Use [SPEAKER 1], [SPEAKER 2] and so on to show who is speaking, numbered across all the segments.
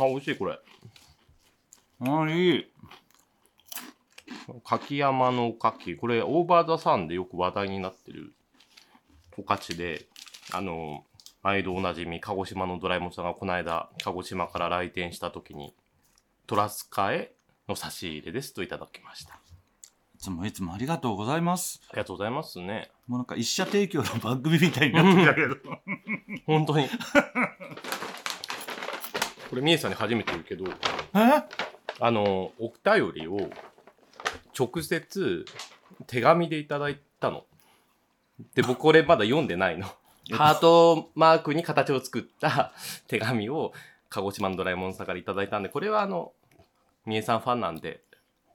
[SPEAKER 1] あ、美味しい、これ。
[SPEAKER 2] ああ、いい。
[SPEAKER 1] 柿山のおかき。これ、オーバーザサンでよく話題になってるおかちで、あの、毎度おなじみ、鹿児島のドラえもんさんがこの間、鹿児島から来店した時に、トラスカエの差し入れですといただきました。あ
[SPEAKER 2] いつもいつもありがとうございます。
[SPEAKER 1] りがとうございますね。
[SPEAKER 2] もうなんか一社提供の番組みたいになってきたけど。
[SPEAKER 1] 本当に。これ、みえさんに初めて言うけど、
[SPEAKER 2] え
[SPEAKER 1] あの、お便りを直接手紙でいただいたの。で、僕これまだ読んで ないの。ハートマークに形を作った手紙を鹿児島のドラえもんさんからいただいたんで、これはあの、みえさんファンなんで、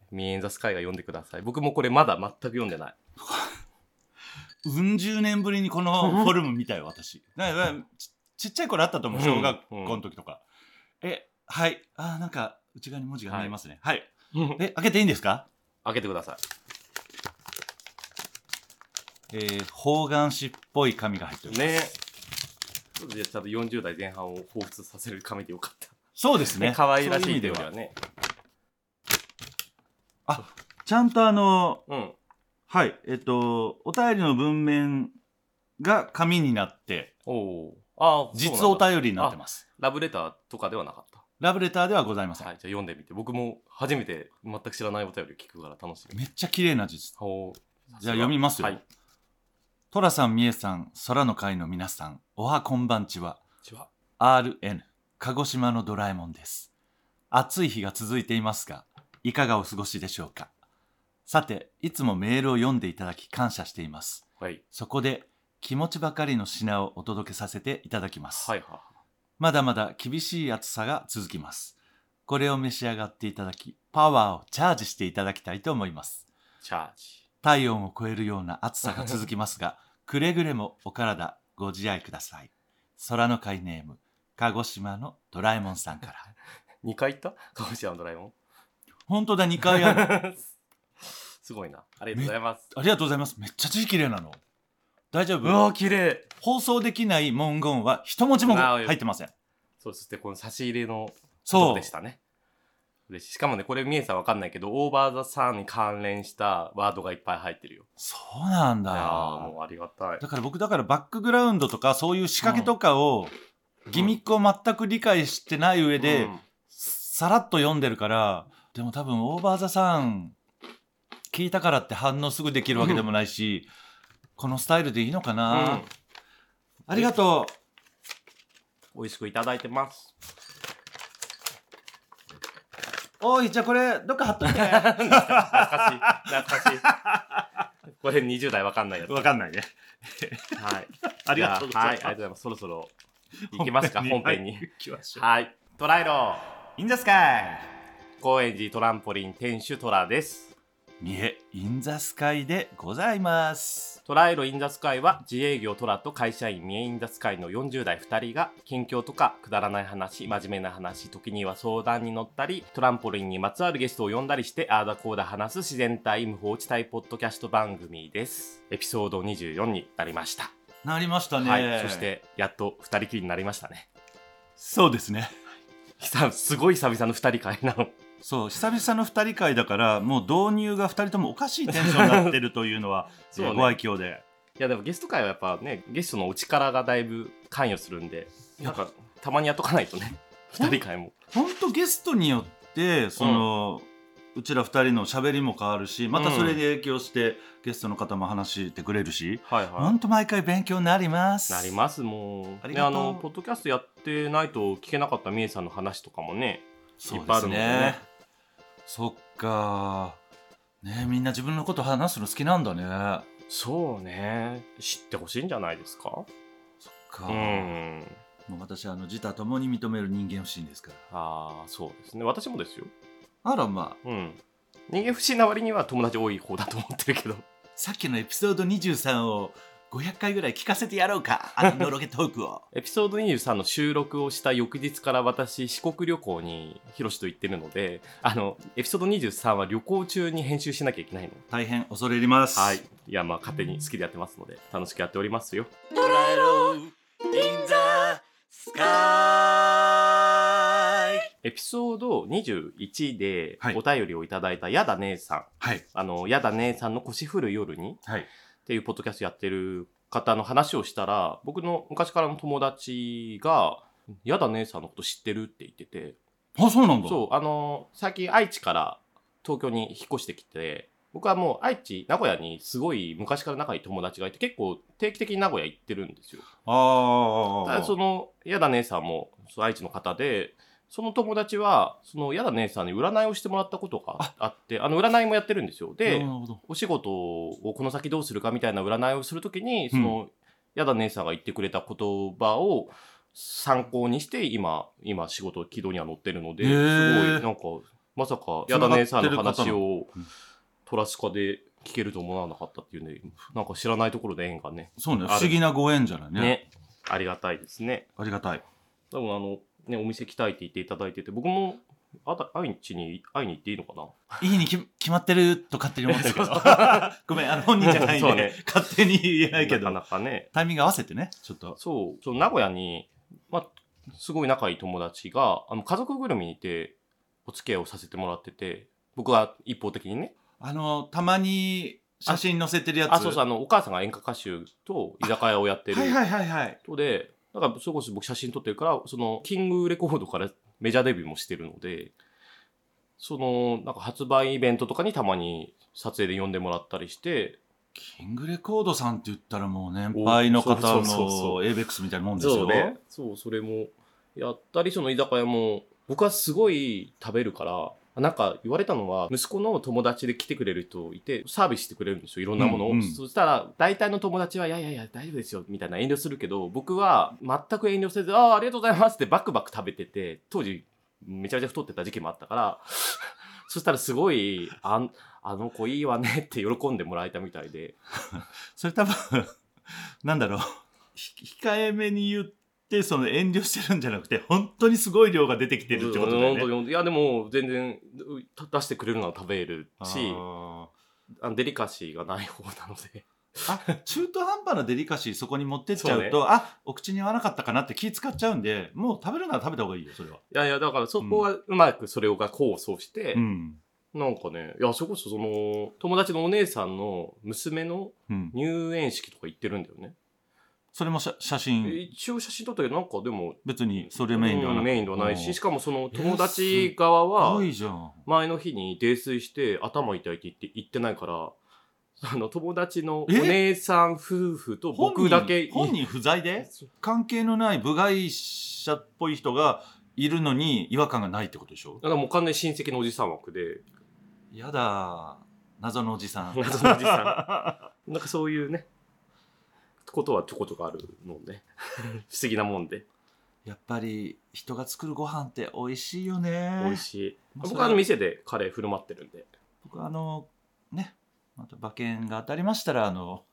[SPEAKER 1] みえんざスカイが読んでください。僕もこれまだ全く読ん でない。
[SPEAKER 2] うん十年ぶりにこのフォルム見たよ、私。だからちちっちゃい頃あったと思う、小学校の時とか。え、はい。あー、なんか内側に文字が見えますね。はい。え、開けていいんですか
[SPEAKER 1] 開けてください。
[SPEAKER 2] えー、方眼紙っぽい紙が入ってる。
[SPEAKER 1] ねちょっとじゃあちゃんと40代前半を彷彿させる紙でよかった。
[SPEAKER 2] そうですね。
[SPEAKER 1] 可愛らしいと
[SPEAKER 2] で
[SPEAKER 1] いうより
[SPEAKER 2] は
[SPEAKER 1] は。ね。
[SPEAKER 2] ちゃんとあの、
[SPEAKER 1] うん。
[SPEAKER 2] はい。えっと、お便りの文面が紙になって、
[SPEAKER 1] おお。ああ、
[SPEAKER 2] 実
[SPEAKER 1] そうな
[SPEAKER 2] お
[SPEAKER 1] んだ
[SPEAKER 2] 便りになってます。
[SPEAKER 1] ラブレターとかではなかった。
[SPEAKER 2] ラブレターではございません。
[SPEAKER 1] はい、じゃあ読んでみて。僕も初めて全く知らないお便りを聞くから楽しみ。
[SPEAKER 2] めっちゃ綺麗な実。
[SPEAKER 1] ほう
[SPEAKER 2] じゃあ読みますよ。
[SPEAKER 1] はい。
[SPEAKER 2] トラさん、みえさん、空の会の皆さん、おはこんばんちは。
[SPEAKER 1] ちは
[SPEAKER 2] RN 鹿児島のドラえもんです暑い日が続いていますがいかがお過ごしでしょうかさていつもメールを読んでいただき感謝しています
[SPEAKER 1] はい。
[SPEAKER 2] そこで気持ちばかりの品をお届けさせていただきます、
[SPEAKER 1] はいは
[SPEAKER 2] まだまだ厳しい暑さが続きますこれを召し上がっていただきパワーをチャージしていただきたいと思います
[SPEAKER 1] い。チャージ。
[SPEAKER 2] 体温を超えるような暑さが続きますがくれぐれもお体ご自愛ください空の会ネーム鹿児島のドラえもんさんから
[SPEAKER 1] 2回行ったかもしれんドラえもん。
[SPEAKER 2] 本当だ2回ある
[SPEAKER 1] すごいな。ありがとうございます。
[SPEAKER 2] ありがとうございますめっちゃ字綺麗なの大
[SPEAKER 1] う
[SPEAKER 2] 丈夫
[SPEAKER 1] わー、綺麗
[SPEAKER 2] 放送できない文言は一文字も
[SPEAKER 1] あー
[SPEAKER 2] 入ってません
[SPEAKER 1] そう、そしてこの差し入れの
[SPEAKER 2] そう
[SPEAKER 1] でしたね。嬉しい。しかもね、これ、みえさんわかんないけど、オーバーザサンに関連したワードがいっぱい入ってるよ。
[SPEAKER 2] そうなん
[SPEAKER 1] い
[SPEAKER 2] だ
[SPEAKER 1] やー
[SPEAKER 2] よ
[SPEAKER 1] もうありがたい。
[SPEAKER 2] だから僕だからバックグラウンドとかそういう仕掛けとかを、ギミックを全く理解してない上で、
[SPEAKER 1] うん
[SPEAKER 2] さらっと読んでるからでも多分オーバーザさん聞いたからって反応すぐできるわけでもないし、このスタイルでいいのか
[SPEAKER 1] う
[SPEAKER 2] な、
[SPEAKER 1] ん
[SPEAKER 2] ありがと
[SPEAKER 1] 美味しくいただいてます。
[SPEAKER 2] うおいじゃあこれどっか貼っと いて
[SPEAKER 1] 懐かしい。懐かしい。これ20代わかんないやつ。
[SPEAKER 2] わかんないね
[SPEAKER 1] はい。
[SPEAKER 2] あ
[SPEAKER 1] じゃあはい、ありがとうございます。そろそろ行き ますか、本編に。
[SPEAKER 2] 行きましょう
[SPEAKER 1] はい。トライロ
[SPEAKER 2] インザスカイ
[SPEAKER 1] 高円寺トランポリン店主トラです。
[SPEAKER 2] 三重インザスカイでございます
[SPEAKER 1] トライロインザスカイは自営業トラと会社員三重インザスカイの40代2人が近況とかくだらない話、真面目な話、時には相談に乗ったり、トランポリンにまつわるゲストを呼んだりして、あーだこーだ話す自然体無法地帯ポッドキャスト番組です。エピソード24になりました。
[SPEAKER 2] なりましたね、
[SPEAKER 1] はい。そして、やっと2人きりになりましたね。
[SPEAKER 2] そうですね
[SPEAKER 1] 久すごい久々の2人会なの。
[SPEAKER 2] そう久々の二人会だからもう導入が二人ともおかしいテンションになってるというのは
[SPEAKER 1] そうね
[SPEAKER 2] えーご愛嬌で
[SPEAKER 1] いやでもゲスト会はやっぱねゲストのお力がだいぶ関与するんでなんかたまにやっとかないとね
[SPEAKER 2] うん
[SPEAKER 1] 2人会も
[SPEAKER 2] 本当ゲストによってその、うちら二人の喋りも変わるしまたそれに影響して、ゲストの方も話してくれるし
[SPEAKER 1] はいは
[SPEAKER 2] 本当毎回勉強になります
[SPEAKER 1] いなりますもう
[SPEAKER 2] あり
[SPEAKER 1] ね
[SPEAKER 2] がと
[SPEAKER 1] あ
[SPEAKER 2] う
[SPEAKER 1] のポッドキャストやってないと聞けなかったみえさんの話とかもね
[SPEAKER 2] そう
[SPEAKER 1] いっぱいある
[SPEAKER 2] です
[SPEAKER 1] もん
[SPEAKER 2] ね
[SPEAKER 1] ね
[SPEAKER 2] そっかねみんな自分のこと話すの好きなんだね
[SPEAKER 1] そうね知ってほしいんじゃないですか
[SPEAKER 2] そっか、
[SPEAKER 1] うん
[SPEAKER 2] もう私あの自他ともに認める人間不信ですから
[SPEAKER 1] ああそうですね私もですよ
[SPEAKER 2] あらまあ
[SPEAKER 1] うん人間不信な割には友達多い方だと思ってるけど
[SPEAKER 2] さっきのエピソード23を500回ぐらい聞かせてやろうかあののろけトークを
[SPEAKER 1] エピソード23の収録をした翌日から私四国旅行にヒロシと行ってるのであのエピソード23は旅行中に編集しなきゃいけないの
[SPEAKER 2] 大変恐れ入ります
[SPEAKER 1] はい。いや、まあ、勝手に好きでやってますので、楽しくやっておりますよ。
[SPEAKER 2] ドラえろインザスカイ
[SPEAKER 1] ピソード21で
[SPEAKER 2] はい
[SPEAKER 1] お便りをいただいたやだ姉さん、
[SPEAKER 2] はい。
[SPEAKER 1] あの、やだ姉さんの腰振る夜に
[SPEAKER 2] はい。
[SPEAKER 1] っていうポッドキャストやってる方の話をしたら、僕の昔からの友達が、やだ姉さんのこと知ってるって言ってて、
[SPEAKER 2] あ、そうなんだ。
[SPEAKER 1] そう、あの最近愛知から東京に引っ越してきて、僕はもう愛知、名古屋にすごい昔から仲いい友達がいて、結構定期的に名古屋行ってるんですよ。
[SPEAKER 2] あ
[SPEAKER 1] た
[SPEAKER 2] あ。
[SPEAKER 1] だその、やだ姉さんもそう愛知の方で、その友達は、その、やだ姉さんに占いをしてもらったことがあって、あの、占いもやってるんですよ。で、
[SPEAKER 2] なるほど。
[SPEAKER 1] お仕事をこの先どうするかみたいな占いをするときに、その、やだ姉さんが言ってくれた言葉を参考にして、今、今仕事軌道には乗ってるので、
[SPEAKER 2] へ
[SPEAKER 1] すご
[SPEAKER 2] ー
[SPEAKER 1] い、なんか、まさか、やだ
[SPEAKER 2] 繋がって
[SPEAKER 1] 姉
[SPEAKER 2] る
[SPEAKER 1] さんの話を
[SPEAKER 2] うん、
[SPEAKER 1] トラスカで聞けると思わなかったっていうね、なんか知らないところで縁がね、
[SPEAKER 2] そうね。
[SPEAKER 1] ある
[SPEAKER 2] 不思議なご縁じゃないね。
[SPEAKER 1] ね、ありがたいですね。
[SPEAKER 2] ありがたい。
[SPEAKER 1] 多分あの、ね、お店来たいって言っていただいてて、僕も、あた、愛知に、会いに行っていいのかない
[SPEAKER 2] いにき決まってると勝手に思ってるけ ど
[SPEAKER 1] そう。
[SPEAKER 2] ごめん、あの本人じゃないん
[SPEAKER 1] そう
[SPEAKER 2] で、
[SPEAKER 1] ね
[SPEAKER 2] 勝手に言えないけ
[SPEAKER 1] なかな
[SPEAKER 2] ど。
[SPEAKER 1] かね。
[SPEAKER 2] タイミング合わせてね、ちょっと。
[SPEAKER 1] そう、その名古屋に、まあ、すごい仲いい友達が、あの、家族ぐるみにいて、お付き合いをさせてもらってて、僕は一方的にね。
[SPEAKER 2] あの、たまに写真載せてるやつ。
[SPEAKER 1] あ、そうそう、あの、お母さんが演歌歌手と居酒屋をやってる
[SPEAKER 2] はいはいはいはい。
[SPEAKER 1] 人で、だから、それこそ僕写真撮ってるから、その、キングレコードからメジャーデビューもしてるので、その、なんか発売イベントとかにたまに撮影で呼んでもらったりして、
[SPEAKER 2] キングレコードさんって言ったらもう年配の方
[SPEAKER 1] おそうそうそうそ
[SPEAKER 2] のエイベックスみたいなもんですよ。。
[SPEAKER 1] そう、それもやったり、その居酒屋も、僕はすごい食べるから、なんか言われたのは、息子の友達で来てくれる人いて、サービスしてくれるんですよ、いろんなものを。
[SPEAKER 2] うんうん
[SPEAKER 1] そしたら、大体の友達は、いやいやいや、大丈夫ですよ、みたいな遠慮するけど、僕は全く遠慮せず、ああ、ありがとうございますってバクバク食べてて、当時、めちゃめちゃ太ってた時期もあったから、 そしたらすごい、あんあの子いいわねって喜んでもらえたみたいで。
[SPEAKER 2] それ多分 なんだろうひ控えめに言ってその遠慮してるんじゃなくて本当にすごい量が出てきてるってことだ
[SPEAKER 1] 本当
[SPEAKER 2] よね。
[SPEAKER 1] に本当にいやでも全然うた出してくれるのは食べるし
[SPEAKER 2] あ
[SPEAKER 1] あのデリカシーがない方なので
[SPEAKER 2] ーあ 中途半端なデリカシーそこに持ってっちゃう
[SPEAKER 1] そ
[SPEAKER 2] とあお口に合わなかったかなって気使っちゃうんでもう食べるなら食べた方がいいよそれは。
[SPEAKER 1] いやいやだからそこはうまくそれが功を奏して、
[SPEAKER 2] うん
[SPEAKER 1] なんかねいやそれこそその友達のお姉さんの娘の
[SPEAKER 2] うん、
[SPEAKER 1] 入園式とか行ってるんだよね、
[SPEAKER 2] それも写写真
[SPEAKER 1] 一応写真撮ったけどなんかでも
[SPEAKER 2] 別にそれメインではな
[SPEAKER 1] う
[SPEAKER 2] く
[SPEAKER 1] んメインではないしし
[SPEAKER 2] す
[SPEAKER 1] かもその友達側は
[SPEAKER 2] ごいじゃん。
[SPEAKER 1] 前の日に泥酔して頭痛いって言って言ってないから あの友達のお
[SPEAKER 2] え
[SPEAKER 1] 姉さん夫婦と
[SPEAKER 2] 本人
[SPEAKER 1] 僕だけ
[SPEAKER 2] 本人不在で関係のない部外者っぽい人がいるのに違和感がないってことでしょ
[SPEAKER 1] だからもう完全に親戚のおじさん枠 で、
[SPEAKER 2] やだ謎のおじさん
[SPEAKER 1] 謎のおじさなんかそういうね、ことはちょこちょこあるのね。 不思議なもんで、
[SPEAKER 2] んやっぱり人が作るご飯って美味しいよね
[SPEAKER 1] 美味しい。
[SPEAKER 2] まあ
[SPEAKER 1] 僕はあの店でカレー振る舞ってるんで。
[SPEAKER 2] 僕あのねまた馬券が当たりましたらあの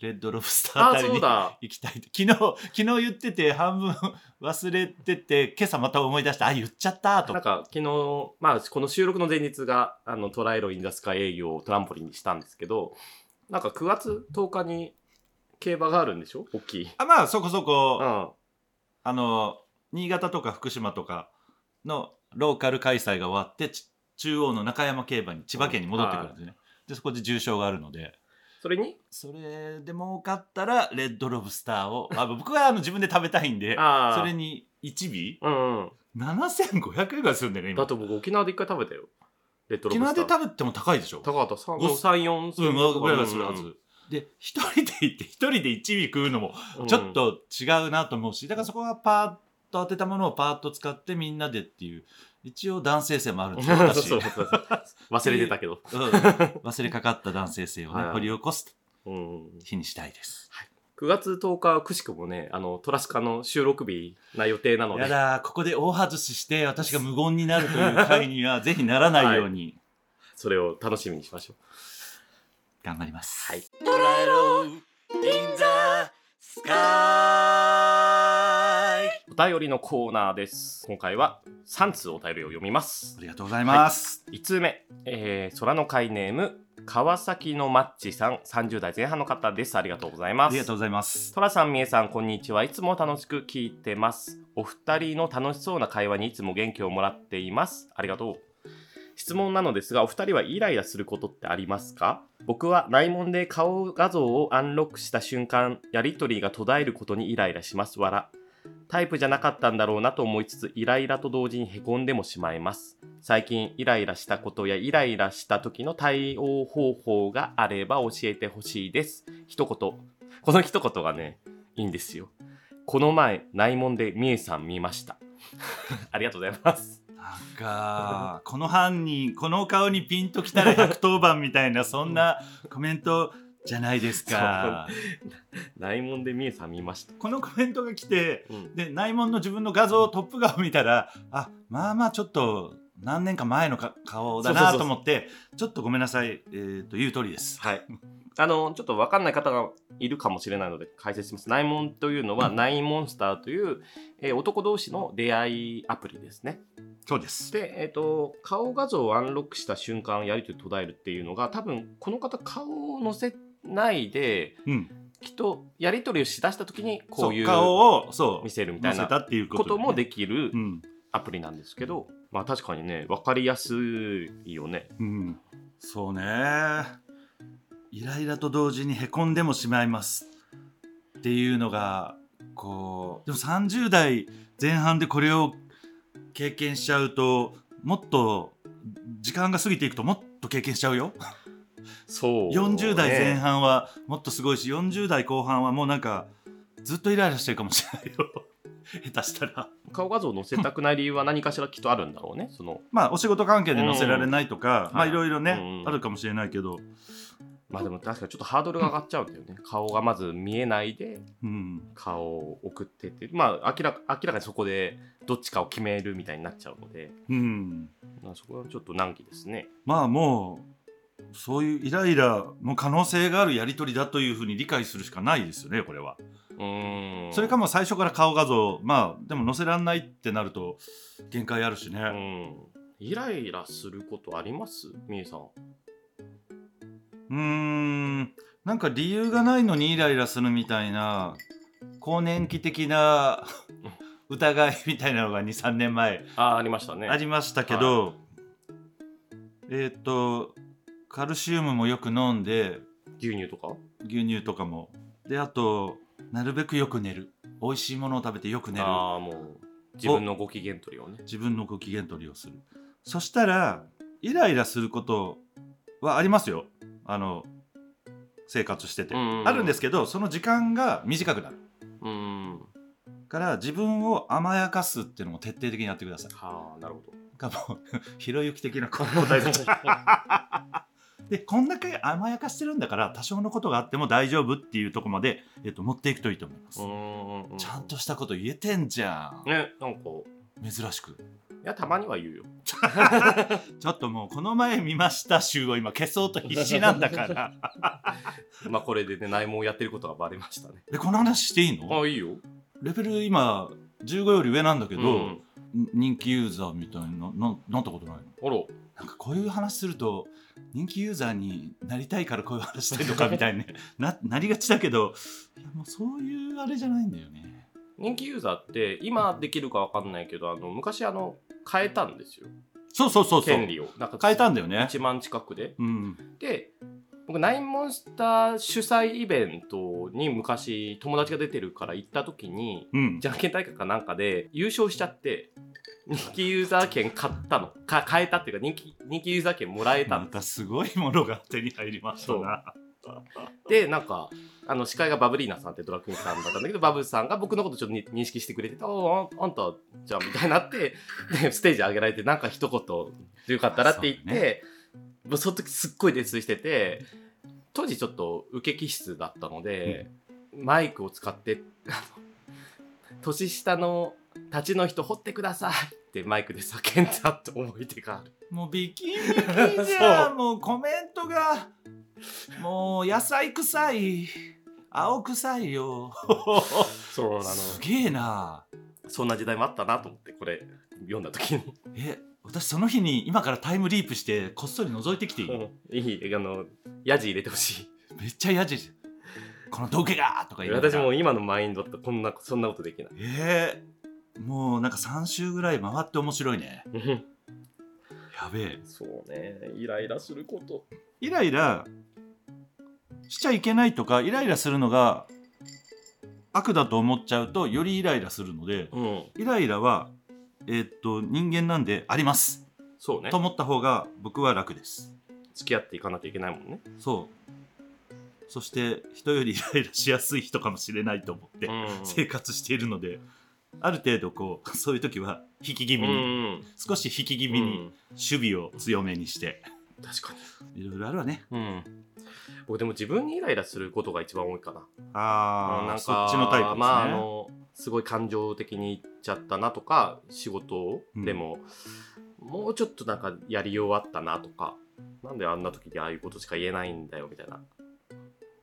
[SPEAKER 2] レッドロブスター
[SPEAKER 1] あ
[SPEAKER 2] あ
[SPEAKER 1] あ、
[SPEAKER 2] たり
[SPEAKER 1] そう
[SPEAKER 2] に
[SPEAKER 1] だ。
[SPEAKER 2] 行きたいって昨日昨日言ってて半分 忘れてて今朝また思い出してあ言っちゃったと
[SPEAKER 1] なんか昨日、まあこの収録の前日が、あの、トライロインザスカイ営業をトランポリンにしたんですけど、なんか9月10日に競馬があるんでしょ大きい。
[SPEAKER 2] あまあそこそこ、
[SPEAKER 1] うん。
[SPEAKER 2] あの、新潟とか福島とかのローカル開催が終わって、ち中央の中山競馬に千葉県に戻ってくるんですね。で、そこで重賞があるので、
[SPEAKER 1] それに
[SPEAKER 2] それで儲かったら、レッドロブスターを、あ 僕はあの自分で食べたいんで、
[SPEAKER 1] ああ。
[SPEAKER 2] それに1尾
[SPEAKER 1] うんうん。
[SPEAKER 2] 7500円ぐらいするんだよね、
[SPEAKER 1] だ
[SPEAKER 2] 今。
[SPEAKER 1] と僕沖縄で一回食べたよ。レッドロ
[SPEAKER 2] 沖
[SPEAKER 1] ブ
[SPEAKER 2] 縄
[SPEAKER 1] ス
[SPEAKER 2] で
[SPEAKER 1] ター。
[SPEAKER 2] 食べても高いでしょ。
[SPEAKER 1] 高かった。3、
[SPEAKER 2] ご
[SPEAKER 1] 4、
[SPEAKER 2] うん、ぐらいはするは
[SPEAKER 1] うんうん
[SPEAKER 2] ず。で、一人で行って、一人で1尾食うのも、ちょっと違うなと思うし、だからそこはパーッと当てたものをパーッと使ってみんなでっていう、一応男性性もあるんです よ、
[SPEAKER 1] そう
[SPEAKER 2] 私。
[SPEAKER 1] そうそう忘れてたけど。
[SPEAKER 2] うん忘れかかった男性性をね、
[SPEAKER 1] はい
[SPEAKER 2] 掘り起こす
[SPEAKER 1] うん、
[SPEAKER 2] 日にしたいです。
[SPEAKER 1] 9月10日、くしくもね、あの、トラスカの収録日な予定なの
[SPEAKER 2] や
[SPEAKER 1] で、
[SPEAKER 2] だ、ここで大外しして、私が無言になるという回には、ぜひならないように
[SPEAKER 1] それを楽しみにしましょう。
[SPEAKER 2] 頑張ります。
[SPEAKER 1] はい。
[SPEAKER 2] 捉えろ、in the sky!
[SPEAKER 1] お便りのコーナーです。今回は3通お便りを読みます
[SPEAKER 2] あ。りがとうございます。
[SPEAKER 1] 1通目、えー空の会ネーム、川崎のマッチさん、30代前半の方です。ありがとうござい
[SPEAKER 2] あ
[SPEAKER 1] ま
[SPEAKER 2] りが
[SPEAKER 1] す
[SPEAKER 2] とう。ございます。
[SPEAKER 1] トラさん、みえさん、こんにちは。いつも楽しく聞いてます。お二人の楽しそうな会話にいつも元気をもらっています。ありがとう。質問なのですが、お二人はイライラすることってありますか僕は内門で顔画像をアンロックした瞬間、やりとりが途絶えることにイライラします。わら。タイプじゃなかったんだろうなと思いつつ、イライラと同時にへこんでもしまいます。最近、イライラしたことやイライラした時の対応方法があれば教えてほしいです。一言。この一言がね、いいんですよ。この前、内門でみえさん見ました。 ありがとうございます。
[SPEAKER 2] なんか、この犯人、この顔にピンときたら110番みたいな、そんなコメントじゃないです か。
[SPEAKER 1] 内門でみえさん見ました。
[SPEAKER 2] このコメントが来て、
[SPEAKER 1] うん、
[SPEAKER 2] で、内門の自分の画像、トップ画を見たら、あ、まあまあちょっと、何年か前のか顔
[SPEAKER 1] そ
[SPEAKER 2] だ
[SPEAKER 1] う
[SPEAKER 2] な
[SPEAKER 1] そう
[SPEAKER 2] と
[SPEAKER 1] そう
[SPEAKER 2] 思って、ちょっとごめんなさい、えーと、言う通りです。
[SPEAKER 1] はい。あの、ちょっとわかんない方がいるかもしれないので解説します。内門というのは、ナインモンスターという、えー男同士の出会いアプリですね。
[SPEAKER 2] そうです。
[SPEAKER 1] で、えっ、と、顔画像をアンロックした瞬間、やりとり途絶えるっていうのが、多分、この方、顔を載せないで、
[SPEAKER 2] うん。
[SPEAKER 1] きっと、やりとりをしだした時に、こ
[SPEAKER 2] そう
[SPEAKER 1] いうう
[SPEAKER 2] 顔を、そう、
[SPEAKER 1] 見せるみた
[SPEAKER 2] 載
[SPEAKER 1] い
[SPEAKER 2] せ
[SPEAKER 1] な
[SPEAKER 2] たっていうこ
[SPEAKER 1] こと
[SPEAKER 2] で
[SPEAKER 1] と
[SPEAKER 2] ね
[SPEAKER 1] もできる
[SPEAKER 2] うん。
[SPEAKER 1] アプリなんですけど、まあ確かにね、分かりやすいよね。
[SPEAKER 2] うん、そうねイライラと同時にへこんでもしまいますっていうのがこうでも30代前半でこれを経験しちゃうともっと時間が過ぎていくともっと経験しちゃうよ
[SPEAKER 1] そう、
[SPEAKER 2] 40代前
[SPEAKER 1] ね。
[SPEAKER 2] 半はもっとすごいし40代後半はもうなんかずっとイライラしてるかもしれないよ 下手したら
[SPEAKER 1] 顔画像を載せたくない理由は何かしらきっとあるんだろうね。その
[SPEAKER 2] まあお仕事関係で載せられないとか、
[SPEAKER 1] うん
[SPEAKER 2] まあ
[SPEAKER 1] はい
[SPEAKER 2] いろいろね、
[SPEAKER 1] うんうん
[SPEAKER 2] あるかもしれないけど
[SPEAKER 1] まあでも確かにちょっとハードルが上がっちゃうんだよね。顔がまず見えないで
[SPEAKER 2] うん
[SPEAKER 1] 顔を送ってって、まあ明らか明らかにそこでどっちかを決めるみたいになっちゃうので、
[SPEAKER 2] うん
[SPEAKER 1] まあそこはちょっと難儀ですね。
[SPEAKER 2] まあもうそういうイライラの可能性があるやり取りだというふうに理解するしかないですよねこれは。
[SPEAKER 1] うーん。
[SPEAKER 2] それかもう最初から顔画像まあでも載せらんないってなると限界あるしね。
[SPEAKER 1] うん。イライラすることありますみえさん。
[SPEAKER 2] うーんなんか理由がないのにイライラするみたいな更年期的な疑いみたいなのが23年前
[SPEAKER 1] あー、ありましたね。
[SPEAKER 2] ありましたけど、えっ、とカルシウムもよく飲んで
[SPEAKER 1] 牛乳とか
[SPEAKER 2] 牛乳とかもであとなるべくよく寝る美味しいものを食べてよく寝る
[SPEAKER 1] ああもう自分のご機嫌取りをね
[SPEAKER 2] 自分のご機嫌取りをするそしたらイライラすることはありますよあの生活してて、
[SPEAKER 1] うんうんうん
[SPEAKER 2] あるんですけどその時間が短くなる
[SPEAKER 1] うんは
[SPEAKER 2] から自分を甘やかすっていうのも徹底的にやってください
[SPEAKER 1] あなるほど
[SPEAKER 2] なんかもう ひろゆき的な答えになっち ゃうでこんだけ甘やかしてるんだから多少のことがあっても大丈夫っていうところまで、えっと、持っていくといいと思います、
[SPEAKER 1] うんうんうん
[SPEAKER 2] ちゃんとしたこと言えてんじゃん
[SPEAKER 1] ねなんか
[SPEAKER 2] 珍しく
[SPEAKER 1] いやたまには言うよ
[SPEAKER 2] ちょっともうこの前見ました週を今消そうと必死なんだから
[SPEAKER 1] まあこれでね内門をやってることがバレましたね
[SPEAKER 2] えこの話していい
[SPEAKER 1] あ
[SPEAKER 2] の
[SPEAKER 1] あいいよ
[SPEAKER 2] レベル今15より上なんだけど、
[SPEAKER 1] うん
[SPEAKER 2] 人気ユーザーみたいなななったことないの
[SPEAKER 1] あら
[SPEAKER 2] なんかこういう話すると人気ユーザーになりたいからこういう話してるのかみたいに、 ね、ななりがちだけどいやもうそういうあれじゃないんだよね
[SPEAKER 1] 人気ユーザーって今できるかわかんないけどあの昔あの変えたんですよ
[SPEAKER 2] そうそうそうそう
[SPEAKER 1] 権
[SPEAKER 2] 変
[SPEAKER 1] 利をなんか
[SPEAKER 2] えたんだよね
[SPEAKER 1] 1万近くで
[SPEAKER 2] うん
[SPEAKER 1] で僕ナインモンスター主催イベントに昔友達が出てるから行った時に
[SPEAKER 2] うん
[SPEAKER 1] じゃんけん大会かなんかで優勝しちゃって人気ユーザー権買ったのか変えたっていうか人気人気ユーザー権もらえた
[SPEAKER 2] ま
[SPEAKER 1] の
[SPEAKER 2] たすごいものが手に入りましたな
[SPEAKER 1] でなんかあの司会がバブリーナさんってドラクエンさんだったんだけどバブさんが僕のことちょっとに認識してくれてて「おーあんあんたじゃん」みたいになってでステージ上げられてなんか一言「よかったら」って言ってもうその時すっごい泥酔してて当時ちょっと受け気質だったので、マイクを使ってあの年下の立ちの人掘ってくださいってマイクで叫んだって思い出がある。
[SPEAKER 2] もうビキニビキじゃんもうコメントがもう野菜臭い青臭いよ
[SPEAKER 1] そうな
[SPEAKER 2] すげえな
[SPEAKER 1] そんな時代もあったなと思ってこれ読んだ時に。
[SPEAKER 2] え私その日に今からタイムリープしてこっそり覗いてきていい、
[SPEAKER 1] いいあのヤジ入れてほし
[SPEAKER 2] めっちゃ嫌じゃんこの道化がとか
[SPEAKER 1] い
[SPEAKER 2] 言いながら
[SPEAKER 1] 私も今のマインドだったらこんなそんなことできない
[SPEAKER 2] えー、もうなんか3周ぐらい回って面白いね
[SPEAKER 1] うん
[SPEAKER 2] やべえ
[SPEAKER 1] そうねイライラすること
[SPEAKER 2] イライラしちゃいけないとかイライラするのが悪だと思っちゃうとよりイライラするので
[SPEAKER 1] うん
[SPEAKER 2] イライラはえーっと人間なんであります
[SPEAKER 1] そうね
[SPEAKER 2] と思った方が僕は楽です
[SPEAKER 1] 付き合っていかなきゃいけないもんね
[SPEAKER 2] そうそして人よりイライラしやすい人かもしれないと思っ て
[SPEAKER 1] うん
[SPEAKER 2] 生活しているのである程度こう そういう時は引き気味
[SPEAKER 1] う
[SPEAKER 2] に
[SPEAKER 1] ん
[SPEAKER 2] 少し引き気
[SPEAKER 1] う
[SPEAKER 2] 味
[SPEAKER 1] ん
[SPEAKER 2] に守備を強めにして
[SPEAKER 1] うん確かに
[SPEAKER 2] いろいろあるわね
[SPEAKER 1] うん僕でも自分にイライラすることが一番多いかな
[SPEAKER 2] あ
[SPEAKER 1] なん
[SPEAKER 2] あ
[SPEAKER 1] か
[SPEAKER 2] そっちのタイプですね、
[SPEAKER 1] まああのすごい感情的にいっちゃったなとか仕事
[SPEAKER 2] うん
[SPEAKER 1] でも、もうちょっとなんかやり終わったなとかなんであんな時にああいうことしか言えないんだよみたいな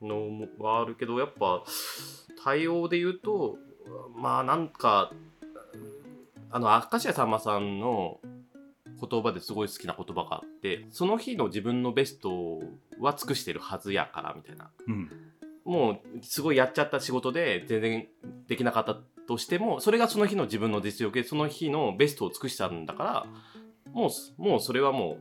[SPEAKER 1] のもはあるけどやっぱ対応で言うとまあなんかあの明石家さんまさんの言葉ですごい好きな言葉があってその日の自分のベストは尽くしてるはずやからみたいな
[SPEAKER 2] うん、
[SPEAKER 1] もうすごいやっちゃった仕事で全然できなかったとしてもそれがその日の自分の実力でその日のベストを尽くしたんだからもうすもうそれはも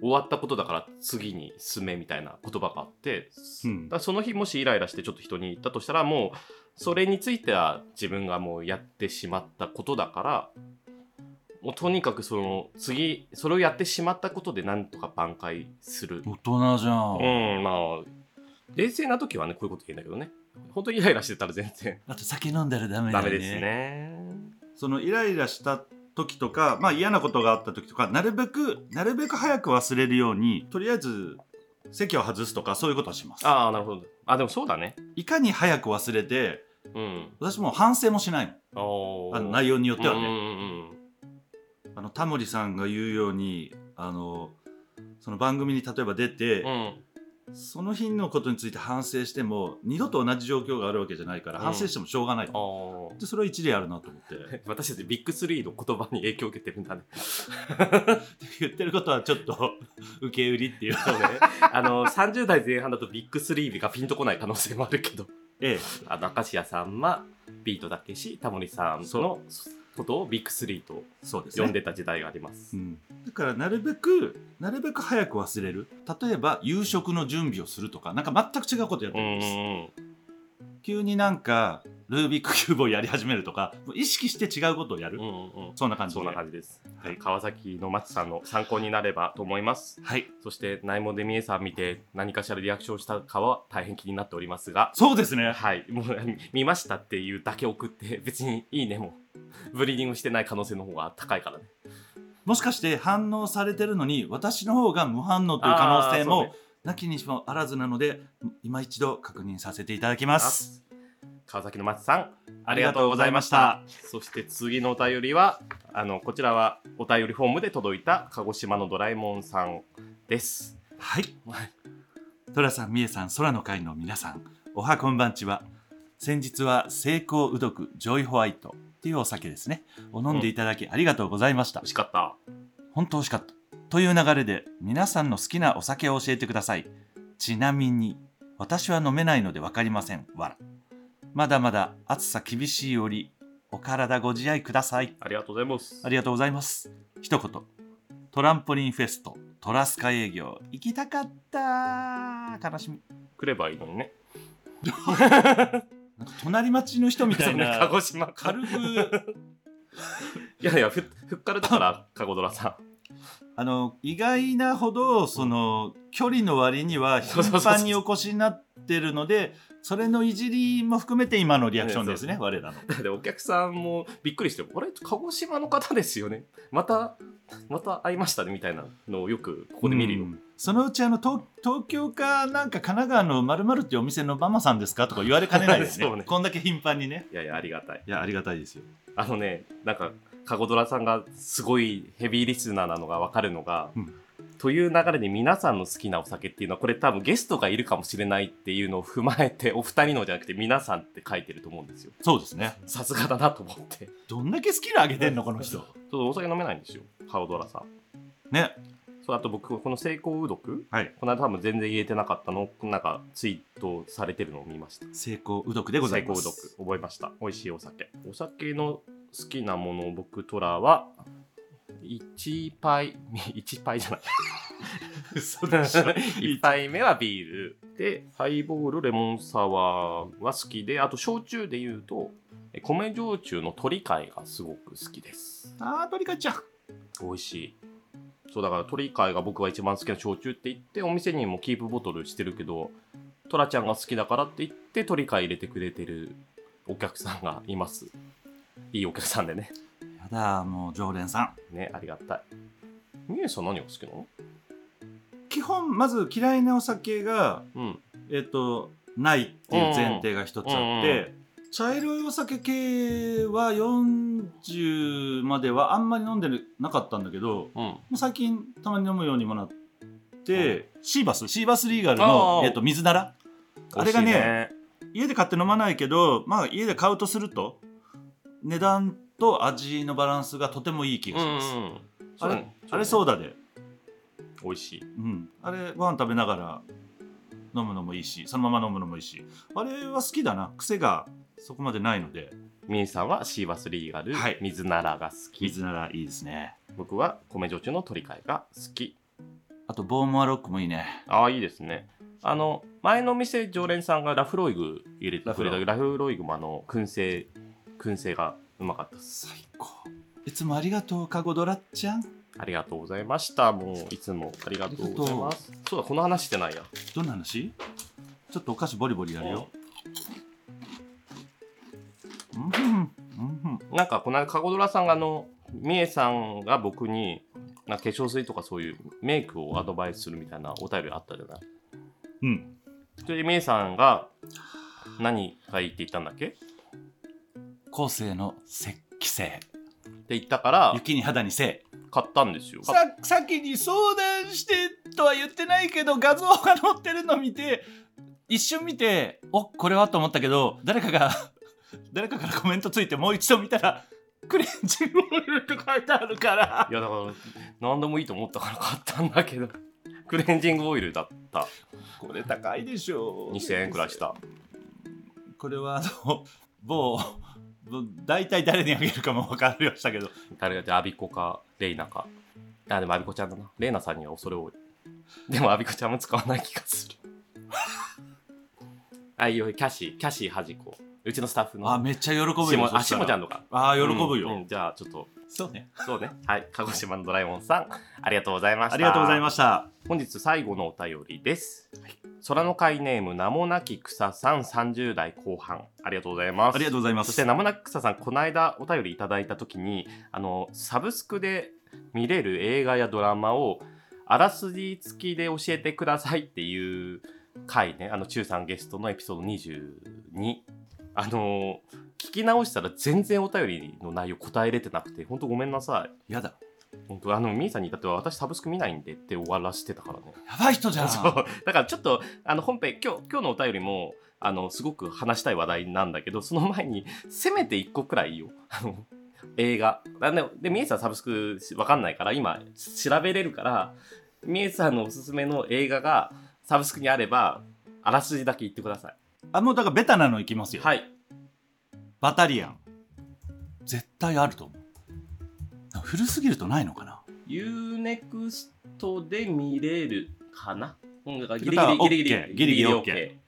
[SPEAKER 1] う終わったことだから次に進めみたいな言葉があって、
[SPEAKER 2] うん
[SPEAKER 1] だからその日もしイライラしてちょっと人に言ったとしたらもうそれについては自分がもうやってしまったことだからもうとにかくその次それをやってしまったことでなんとか挽回する
[SPEAKER 2] 大人じゃ
[SPEAKER 1] う
[SPEAKER 2] ん、
[SPEAKER 1] ん、まあ、冷静な時はね、こういうこと言うんだけどね。本当にイライラしてたら全 然
[SPEAKER 2] だって酒飲んだらダメだ
[SPEAKER 1] ダ
[SPEAKER 2] よ
[SPEAKER 1] メ
[SPEAKER 2] ね
[SPEAKER 1] ですね。
[SPEAKER 2] そのイライラした時とか、まあ、嫌なことがあった時とかなるべくなるべく早く忘れるようにとりあえず席を外すとかそういうことはします
[SPEAKER 1] ああ、なるほど。あ、でもそうだね。
[SPEAKER 2] いかに早く忘れて
[SPEAKER 1] うん。
[SPEAKER 2] 私もう反省もしないもん
[SPEAKER 1] あー
[SPEAKER 2] あの内容によってはね、
[SPEAKER 1] うんうん
[SPEAKER 2] あのタモリさんが言うようにあのその番組に例えば出て、
[SPEAKER 1] うんうん。
[SPEAKER 2] その日のことについて反省しても二度と同じ状況があるわけじゃないから
[SPEAKER 1] うん
[SPEAKER 2] 反省してもしょうがない、
[SPEAKER 1] あー
[SPEAKER 2] でそれは一理あるなと思って って
[SPEAKER 1] 私たちビッグスリーの言葉に影響を受けてるんだね。
[SPEAKER 2] 言ってることはちょっと受け売り っていう
[SPEAKER 1] そうね。あの、30代前半だとビッグスリーがピンとこない可能性もあるけど、
[SPEAKER 2] え
[SPEAKER 1] あの、明石家さんま、ビートたけし、タモリさんのことをビッグスリーと
[SPEAKER 2] そうで
[SPEAKER 1] 呼んでた時代があります
[SPEAKER 2] う。ん、だからなるべくなるべく早く忘れる例えば夕食の準備をするとかなんか全く違うことやって
[SPEAKER 1] う
[SPEAKER 2] る
[SPEAKER 1] ん
[SPEAKER 2] ん
[SPEAKER 1] う
[SPEAKER 2] です、
[SPEAKER 1] ん
[SPEAKER 2] 急になんかルービックキューブをやり始めるとかもう意識して違うことをやる、
[SPEAKER 1] うん。うんうんうん。
[SPEAKER 2] そんな感じで
[SPEAKER 1] そんな感じです。
[SPEAKER 2] はい
[SPEAKER 1] 川崎の松さんの参考になればと思います。
[SPEAKER 2] はい
[SPEAKER 1] そして、内門でみえさん見て何かしらリアクションしたかは大変気になっておりますが、
[SPEAKER 2] そうですね
[SPEAKER 1] はい、もう見ましたっていうだけ送って、別にいいねも、ブリーディングしてない可能性の方が高いからね。
[SPEAKER 2] もしかして反応されてるのに私の方が無反応という可能性
[SPEAKER 1] あー
[SPEAKER 2] もなきにしもあらずなので今一度確認させていただきます
[SPEAKER 1] 川崎の松さん、ありがとうございました。そして次のお便りは、あの、こちらはお便りフォームで届いた鹿児島のドラえもんさんです。
[SPEAKER 2] はいトラさんみえさん空の会の皆さんおはこんばんちは先日は成功うどくジョイホワイトっていうお酒ですねを飲んでいただきありがとうございました、
[SPEAKER 1] 美味しかった。
[SPEAKER 2] 本当美味しかったという流れで皆さんの好きなお酒を教えてくださいちなみに私は飲めないので分かりませんわらまだまだ暑さ厳しいよりお体ご自愛ください
[SPEAKER 1] ありがとうございます。
[SPEAKER 2] ありがとうございます一言トランポリンフェストトラスカ営業行きたかった悲しみ
[SPEAKER 1] 来ればいいのにね。
[SPEAKER 2] なんか隣町の人みたい
[SPEAKER 1] そうね鹿
[SPEAKER 2] な
[SPEAKER 1] 児島から
[SPEAKER 2] 軽く
[SPEAKER 1] いやいや、ふふっからだから、カゴドラさ
[SPEAKER 2] あの意外なほどその距離の割には
[SPEAKER 1] そ
[SPEAKER 2] 頻
[SPEAKER 1] うそうそうそう
[SPEAKER 2] 繁にお越しになってるのでそれのいじりも含めて今のリアクションですね
[SPEAKER 1] ね
[SPEAKER 2] 我らの
[SPEAKER 1] ん。だってお客さんもびっくりして、あれ、鹿児島の方ですよね。また、また会いましたねみたいなのをよくここで見るよ。
[SPEAKER 2] うんそのうちあの東東京かなんか神奈川のまるまるっていうお店のママさんですかとか言われかねないです
[SPEAKER 1] そう
[SPEAKER 2] ね
[SPEAKER 1] ね
[SPEAKER 2] こんだけ頻繁にね
[SPEAKER 1] いやいや、ありがたい。
[SPEAKER 2] いやありがたいですよ
[SPEAKER 1] あのね、なんか、カゴドラさんがすごいヘビーリスナーなのが分かるのが、
[SPEAKER 2] うん
[SPEAKER 1] という流れで皆さんの好きなお酒っていうのはこれ多分ゲストがいるかもしれないっていうのを踏まえてお二人のじゃなくて皆さんって書いてると思うんですよ
[SPEAKER 2] そうですね
[SPEAKER 1] さすがだなと思ってち
[SPEAKER 2] どんだけ好きなあげてんのこの人
[SPEAKER 1] ょっとお酒飲めないんですよハオドラさん
[SPEAKER 2] ね
[SPEAKER 1] そうあと僕この成功うどく
[SPEAKER 2] はい
[SPEAKER 1] この間多分全然言えてなかったのをなんかツイートされてるのを見ました
[SPEAKER 2] 成功うどくでございま
[SPEAKER 1] 成
[SPEAKER 2] す
[SPEAKER 1] 功うどく覚えました美味しいお酒お酒の好きなもの僕トラは1パ イ1パイじゃない
[SPEAKER 2] 嘘でしょ
[SPEAKER 1] 1杯目はビールでハイボールレモンサワーは好きであと焼酎でいうとえ米焼酎の鳥貝がすごく好きです
[SPEAKER 2] あー鳥かちゃん
[SPEAKER 1] 美味しいそうだから鳥貝が僕が一番好きな焼酎って言ってお店にもキープボトルしてるけどトラちゃんが好きだからって言って鳥貝入れてくれてるお客さんがいますいいお客さんでね
[SPEAKER 2] やだもう常連さん
[SPEAKER 1] ねありがたいみゆさん何が好きなの
[SPEAKER 2] 基本まず嫌いなお酒が
[SPEAKER 1] うん
[SPEAKER 2] えっ、とないっていう前提が一つあって、茶色いお酒系は40まではあんまり飲んでなかったんだけども
[SPEAKER 1] うん
[SPEAKER 2] う最近たまに飲むようにもなって、シーバスシーバスリーガルの
[SPEAKER 1] あ、ー
[SPEAKER 2] えっと水ならあれが
[SPEAKER 1] 美
[SPEAKER 2] ね
[SPEAKER 1] 味しいね
[SPEAKER 2] 家で買って飲まないけど、まあ、家で買うとすると値段と味のバランスがとてもいい気がします、
[SPEAKER 1] うんうんうん
[SPEAKER 2] あ
[SPEAKER 1] そう
[SPEAKER 2] れ
[SPEAKER 1] ね
[SPEAKER 2] あれソーダで、
[SPEAKER 1] 美味しい
[SPEAKER 2] うん、あれご飯食べながら飲むのもいいしそのまま飲むのもいいしあれは好きだな癖がそこまでないので
[SPEAKER 1] みーさんはシーバスリーガル、
[SPEAKER 2] はい
[SPEAKER 1] 水ならが好き
[SPEAKER 2] 水ならいいですね
[SPEAKER 1] 僕は米焼酎の取り替えが好き
[SPEAKER 2] あとボーモアロックもいいね
[SPEAKER 1] ああいいですねあの前の店常連さんがラフロイグ入れてくれた
[SPEAKER 2] ラフロイグ
[SPEAKER 1] ラフロイグもあの燻製燻製がうまかったです
[SPEAKER 2] 最高いつもありがとうカゴドラッちゃん
[SPEAKER 1] ありがとうございましたもういつもありがとうございますそうだこの話してないや
[SPEAKER 2] どんな話ちょっとお菓子ボリボリやるようんふんうんふん
[SPEAKER 1] なんかこの間カゴドラさんがあのみえさんが僕になんか化粧水とかそういうメイクをアドバイスするみたいなお便りあったじゃない
[SPEAKER 2] うん
[SPEAKER 1] それでみえさんが何がいいって言ったんだっけって
[SPEAKER 2] 後世の雪気性
[SPEAKER 1] 言ったから
[SPEAKER 2] 雪に肌にせ
[SPEAKER 1] 買ったんですよ。
[SPEAKER 2] さ先に相談してとは言ってないけど画像が載ってるの見て一瞬見ておこれはと思ったけど誰かが 誰かからコメントついてもう一度見たらクレンジングオイルって書いてあるから
[SPEAKER 1] いやだから何でもいいと思ったから買ったんだけど クレンジングオイルだった
[SPEAKER 2] これ高いでしょ
[SPEAKER 1] 2000円くらいした
[SPEAKER 2] これはあの某某大体誰にあげるかも分かりましたけど
[SPEAKER 1] 誰がじゃあアビコかレイナかあでもアビコちゃんだなレイナさんには恐れ多いでもアビコちゃんも使わない気がする あいいよキャシーキャシーはじこうちのスタッフの
[SPEAKER 2] あめっちゃ喜ぶよ
[SPEAKER 1] しも
[SPEAKER 2] そしたら
[SPEAKER 1] あしもちゃんとか
[SPEAKER 2] あ喜ぶよ、
[SPEAKER 1] うんうんじゃあちょっと
[SPEAKER 2] そうね
[SPEAKER 1] そうねはい鹿児島のドラえもんさんありがとうございました
[SPEAKER 2] ありがとうございました
[SPEAKER 1] 本日最後のお便りです、空の会ネーム名もなき草さん30代後半ありがとうございます
[SPEAKER 2] ありがとうございま
[SPEAKER 1] そ
[SPEAKER 2] す
[SPEAKER 1] して名もなき草さんこの間お便りいただいた時にあのサブスクで見れる映画やドラマをあらすじ付きで教えてくださいっていう回ねあの中さんゲストのエピソード22あの聞き直したら全然お便りの内容答えれてなくて本当ごめんなさい
[SPEAKER 2] やだ
[SPEAKER 1] 本当あのみーさんに至っては私サブスク見ないんでって終わらせてたからね
[SPEAKER 2] やばい人じゃん
[SPEAKER 1] そうだからちょっとあの本編今日今日のお便りもあのすごく話したい話題なんだけどその前にせめて1個くらいよあの映画あででみえさんサブスクわかんないから今調べれるからみえさんのおすすめの映画がサブスクにあればあらすじだけ言ってくださ
[SPEAKER 2] あもうだからベタなのいきます
[SPEAKER 1] い
[SPEAKER 2] よ、
[SPEAKER 1] はい
[SPEAKER 2] バタリアン絶対あると思う古すぎるとないのかな
[SPEAKER 1] UNEXT で見れるかなうんだから
[SPEAKER 2] ってことは
[SPEAKER 1] ギリギリ
[SPEAKER 2] OK
[SPEAKER 1] ギリギリギリギリ
[SPEAKER 2] ギリギリ
[SPEAKER 1] OK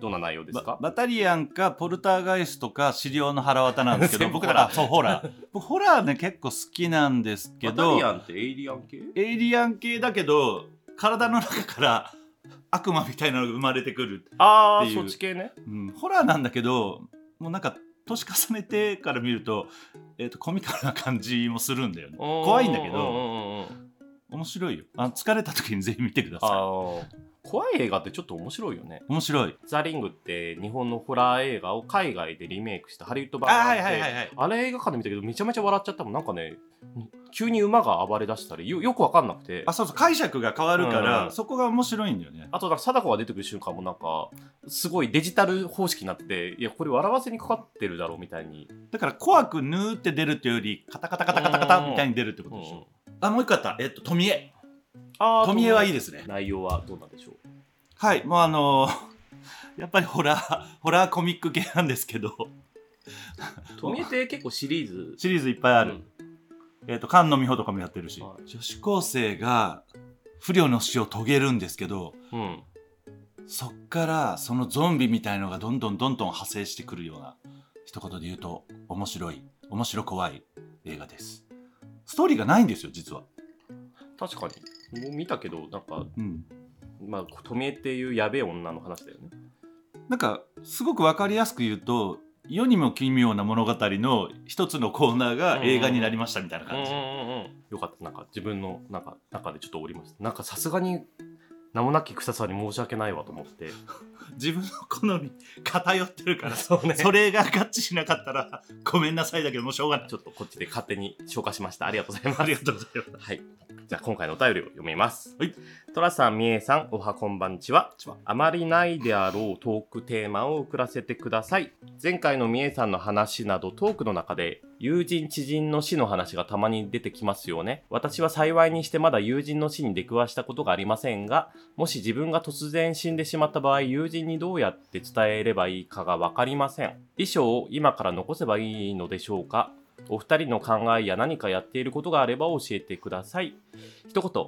[SPEAKER 1] どんな内容です
[SPEAKER 2] バ
[SPEAKER 1] か
[SPEAKER 2] バタリアンかポルターガイストか資料の腹渡なんですけど
[SPEAKER 1] 全部
[SPEAKER 2] 僕らあそうホラー 僕ホラーね結構好きなんですけ
[SPEAKER 1] バタ
[SPEAKER 2] ど
[SPEAKER 1] リアンってエイリアン系
[SPEAKER 2] エイリアン系だけど体の中から悪魔みたいなのが生まれてくる、
[SPEAKER 1] ああ
[SPEAKER 2] っていう
[SPEAKER 1] そっち系ね
[SPEAKER 2] うん、ホラーなんだけどもうなんか年重ねてから見ると,、えー、とコミカルな感じもするんだよね怖いんだけ
[SPEAKER 1] うん
[SPEAKER 2] ど
[SPEAKER 1] うんうんうん
[SPEAKER 2] 面白いよあ疲れた時にぜひ見てくだ
[SPEAKER 1] あ
[SPEAKER 2] さ
[SPEAKER 1] ー怖い映画ってちょっと面白いよね。
[SPEAKER 2] い面白い
[SPEAKER 1] ザ・リングって日本のホラー映画を海外でリメイクしたハリウッド版
[SPEAKER 2] あ
[SPEAKER 1] があ
[SPEAKER 2] は
[SPEAKER 1] っ
[SPEAKER 2] い
[SPEAKER 1] て
[SPEAKER 2] はいはいはい
[SPEAKER 1] あれ映画館で見たけどめちゃめちゃ笑っちゃったもんなんかね急に馬が暴れ出したりよよく分かんなくて
[SPEAKER 2] あそうそう解釈が変わるから、
[SPEAKER 1] うん
[SPEAKER 2] そこが面白いんだよね
[SPEAKER 1] あとなんか貞子が出てくる瞬間もなんかすごいデジタル方式になってていやこれ笑わせにかかってるだろうみたいに、
[SPEAKER 2] だから怖くぬーって出るっていうよりカタカタカタカタカタみたいに出るってこ
[SPEAKER 1] う
[SPEAKER 2] とでしょ、
[SPEAKER 1] ん、
[SPEAKER 2] あもう一個あったえっと富江
[SPEAKER 1] あー
[SPEAKER 2] 富江はいいですね
[SPEAKER 1] 内容はどうなんでしょう
[SPEAKER 2] はいもうあのーやっぱりホラーホラーコミック系なんですけど
[SPEAKER 1] 富江って結構シリーズ
[SPEAKER 2] シリーズいっぱいある、
[SPEAKER 1] うん
[SPEAKER 2] えっと菅野美穂とかもやってるし、
[SPEAKER 1] は
[SPEAKER 2] 女子高生が不慮の死を遂げるんですけど
[SPEAKER 1] うん
[SPEAKER 2] そっからそのゾンビみたいのがどんどんどんどん派生してくるような一言で言うと面白い面白怖い映画ですストーリーがないんですよ実は、
[SPEAKER 1] 確かにもう見たけどなんか、
[SPEAKER 2] うん、
[SPEAKER 1] まあ、富江っていうやべえ女の話だよね
[SPEAKER 2] なんかすごく分かりやすく言うと世にも奇妙な物語の一つのコーナーが映画になりましたみたいな感じ、
[SPEAKER 1] よかったなんか自分のなんか中でちょっとおりましたなんかさすがに名もなき草さんに申し訳ないわと思って
[SPEAKER 2] 自分の好み偏ってるか ら
[SPEAKER 1] そうね
[SPEAKER 2] それが合致しなかったらごめんなさいだけどもうしょうがない
[SPEAKER 1] ちょっとこっちで勝手に消化しましたありがとうございます
[SPEAKER 2] ありがとうございます
[SPEAKER 1] はい。じゃあ今回のお便りを読みます。
[SPEAKER 2] はい。
[SPEAKER 1] トラさん、みえさん、おはこんばんちは。
[SPEAKER 2] ちは
[SPEAKER 1] あまりないであろうトークテーマを送らせてください。前回のみえさんの話などトークの中で友人知人の死の話がたまに出てきますよね。私は幸いにしてまだ友人の死に出くわしたことがありませんが、もし自分が突然死んでしまった場合、友人にどうやって伝えればいいかがわかりません。遺書を今から残せばいいのでしょうかお二人の考えや何かやっていることがあれば教えてください。一言、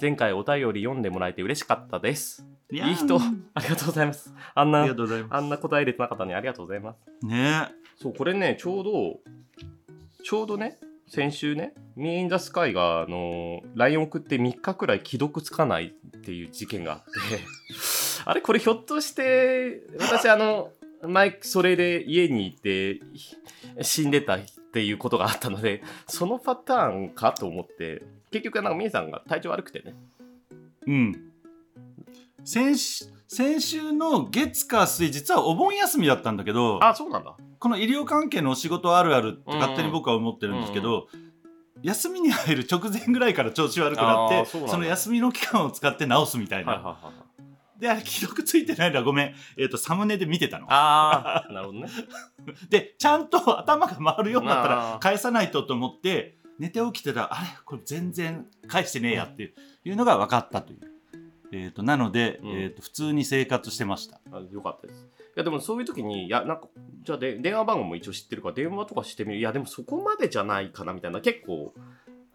[SPEAKER 1] 前回お便り読んでもらえて嬉しかったです。
[SPEAKER 2] い
[SPEAKER 1] いい人、ありがとうございます。あん
[SPEAKER 2] あ
[SPEAKER 1] な
[SPEAKER 2] りが、とうございま
[SPEAKER 1] あんな答えれてなかったのにありがとうございます。
[SPEAKER 2] すねえ
[SPEAKER 1] そう、これね、ちょうど、ちょうどね、先週ね、ミーインザスカイが、あのー、LINE 送って3日くらい既読つかないっていう事件があって、 あれ、これひょっとして、私、あの、前、それで家にいて、死んでたっていうことがあったので、そのパターンかと思って、結局、なんか、ミーさんが体調悪くてね。
[SPEAKER 2] うん。先し先週の月火水実はお盆休みだったんだけど
[SPEAKER 1] あ、そうなんだ。
[SPEAKER 2] この医療関係のお仕事あるあるって勝手に僕は思ってるんですけど、休みに入る直前ぐらいから調子悪くなっ
[SPEAKER 1] あー
[SPEAKER 2] て
[SPEAKER 1] そうな
[SPEAKER 2] そ
[SPEAKER 1] んだ
[SPEAKER 2] の休みの期間を使って治すみたいな、
[SPEAKER 1] はい。
[SPEAKER 2] であれ既読ついてないのはごめん、えー、とサムネで見てたの
[SPEAKER 1] あ あ、なるほどね。
[SPEAKER 2] でちゃんと頭が回るようになった
[SPEAKER 1] あー
[SPEAKER 2] ら返さないとと思って寝て起きてたらあれこれ全然返してねえやっていう,、のが分かったという、えー、となので、
[SPEAKER 1] うん
[SPEAKER 2] えー、と普通に生活してました
[SPEAKER 1] あよかったです。いやでもそういう時に、いやなんか、じゃあで電話番号も一応知ってるから、電話とかしてみる、いやでもそこまでじゃないかなみたいな、結構、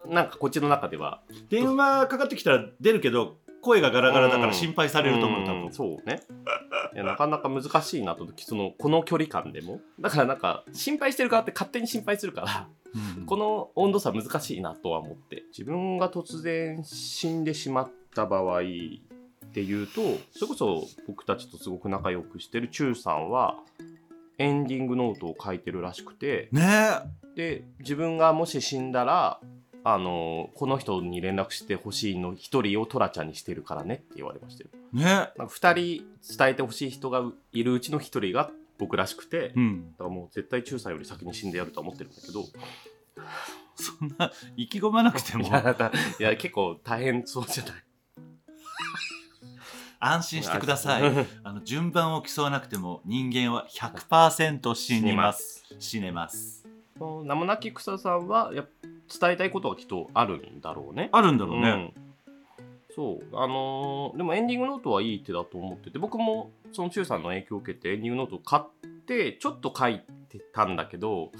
[SPEAKER 1] なんかこっちの中では、
[SPEAKER 2] 電話かかってきたら出るけど声がガラガラだから心配されると思う、多
[SPEAKER 1] うん
[SPEAKER 2] 分
[SPEAKER 1] そうね。いやなかなか難しいなと、そのこの距離感でも。だからなんか、心配してる側って勝手に心配するから、
[SPEAKER 2] うん
[SPEAKER 1] この温度差難しいなとは思って。自分が突然死んでしまった場合っていうと、それこそ僕たちとすごく仲良くしてるチューさんは、エンディングノートを書いてるらしくて、
[SPEAKER 2] ね
[SPEAKER 1] で、自分がもし死んだら、あの、この人に連絡してほしいの一人をトラちゃんにしてるからねって言われましたよ。
[SPEAKER 2] えね
[SPEAKER 1] なんか二人伝えてほしい人がいるうちの一人が僕らしくて、
[SPEAKER 2] え、う
[SPEAKER 1] だ
[SPEAKER 2] ん、
[SPEAKER 1] からもう絶対チューさんより先に死んでやるとは思ってるんだけど、
[SPEAKER 2] そんな意気込まなくても
[SPEAKER 1] いやなんかいや結構大変そうじゃない
[SPEAKER 2] 安心してください あの順番を競わなくても人間は100%死にます死ねます
[SPEAKER 1] その名もなき草さんはやっ伝えたいことはきっとあるんだろうね。
[SPEAKER 2] あるんだろうね、
[SPEAKER 1] うんそうあのーでもエンディングノートはいい手だと思ってて僕もその中さんの影響を受けてエンディングノートを買ってちょっと書いてたんだけど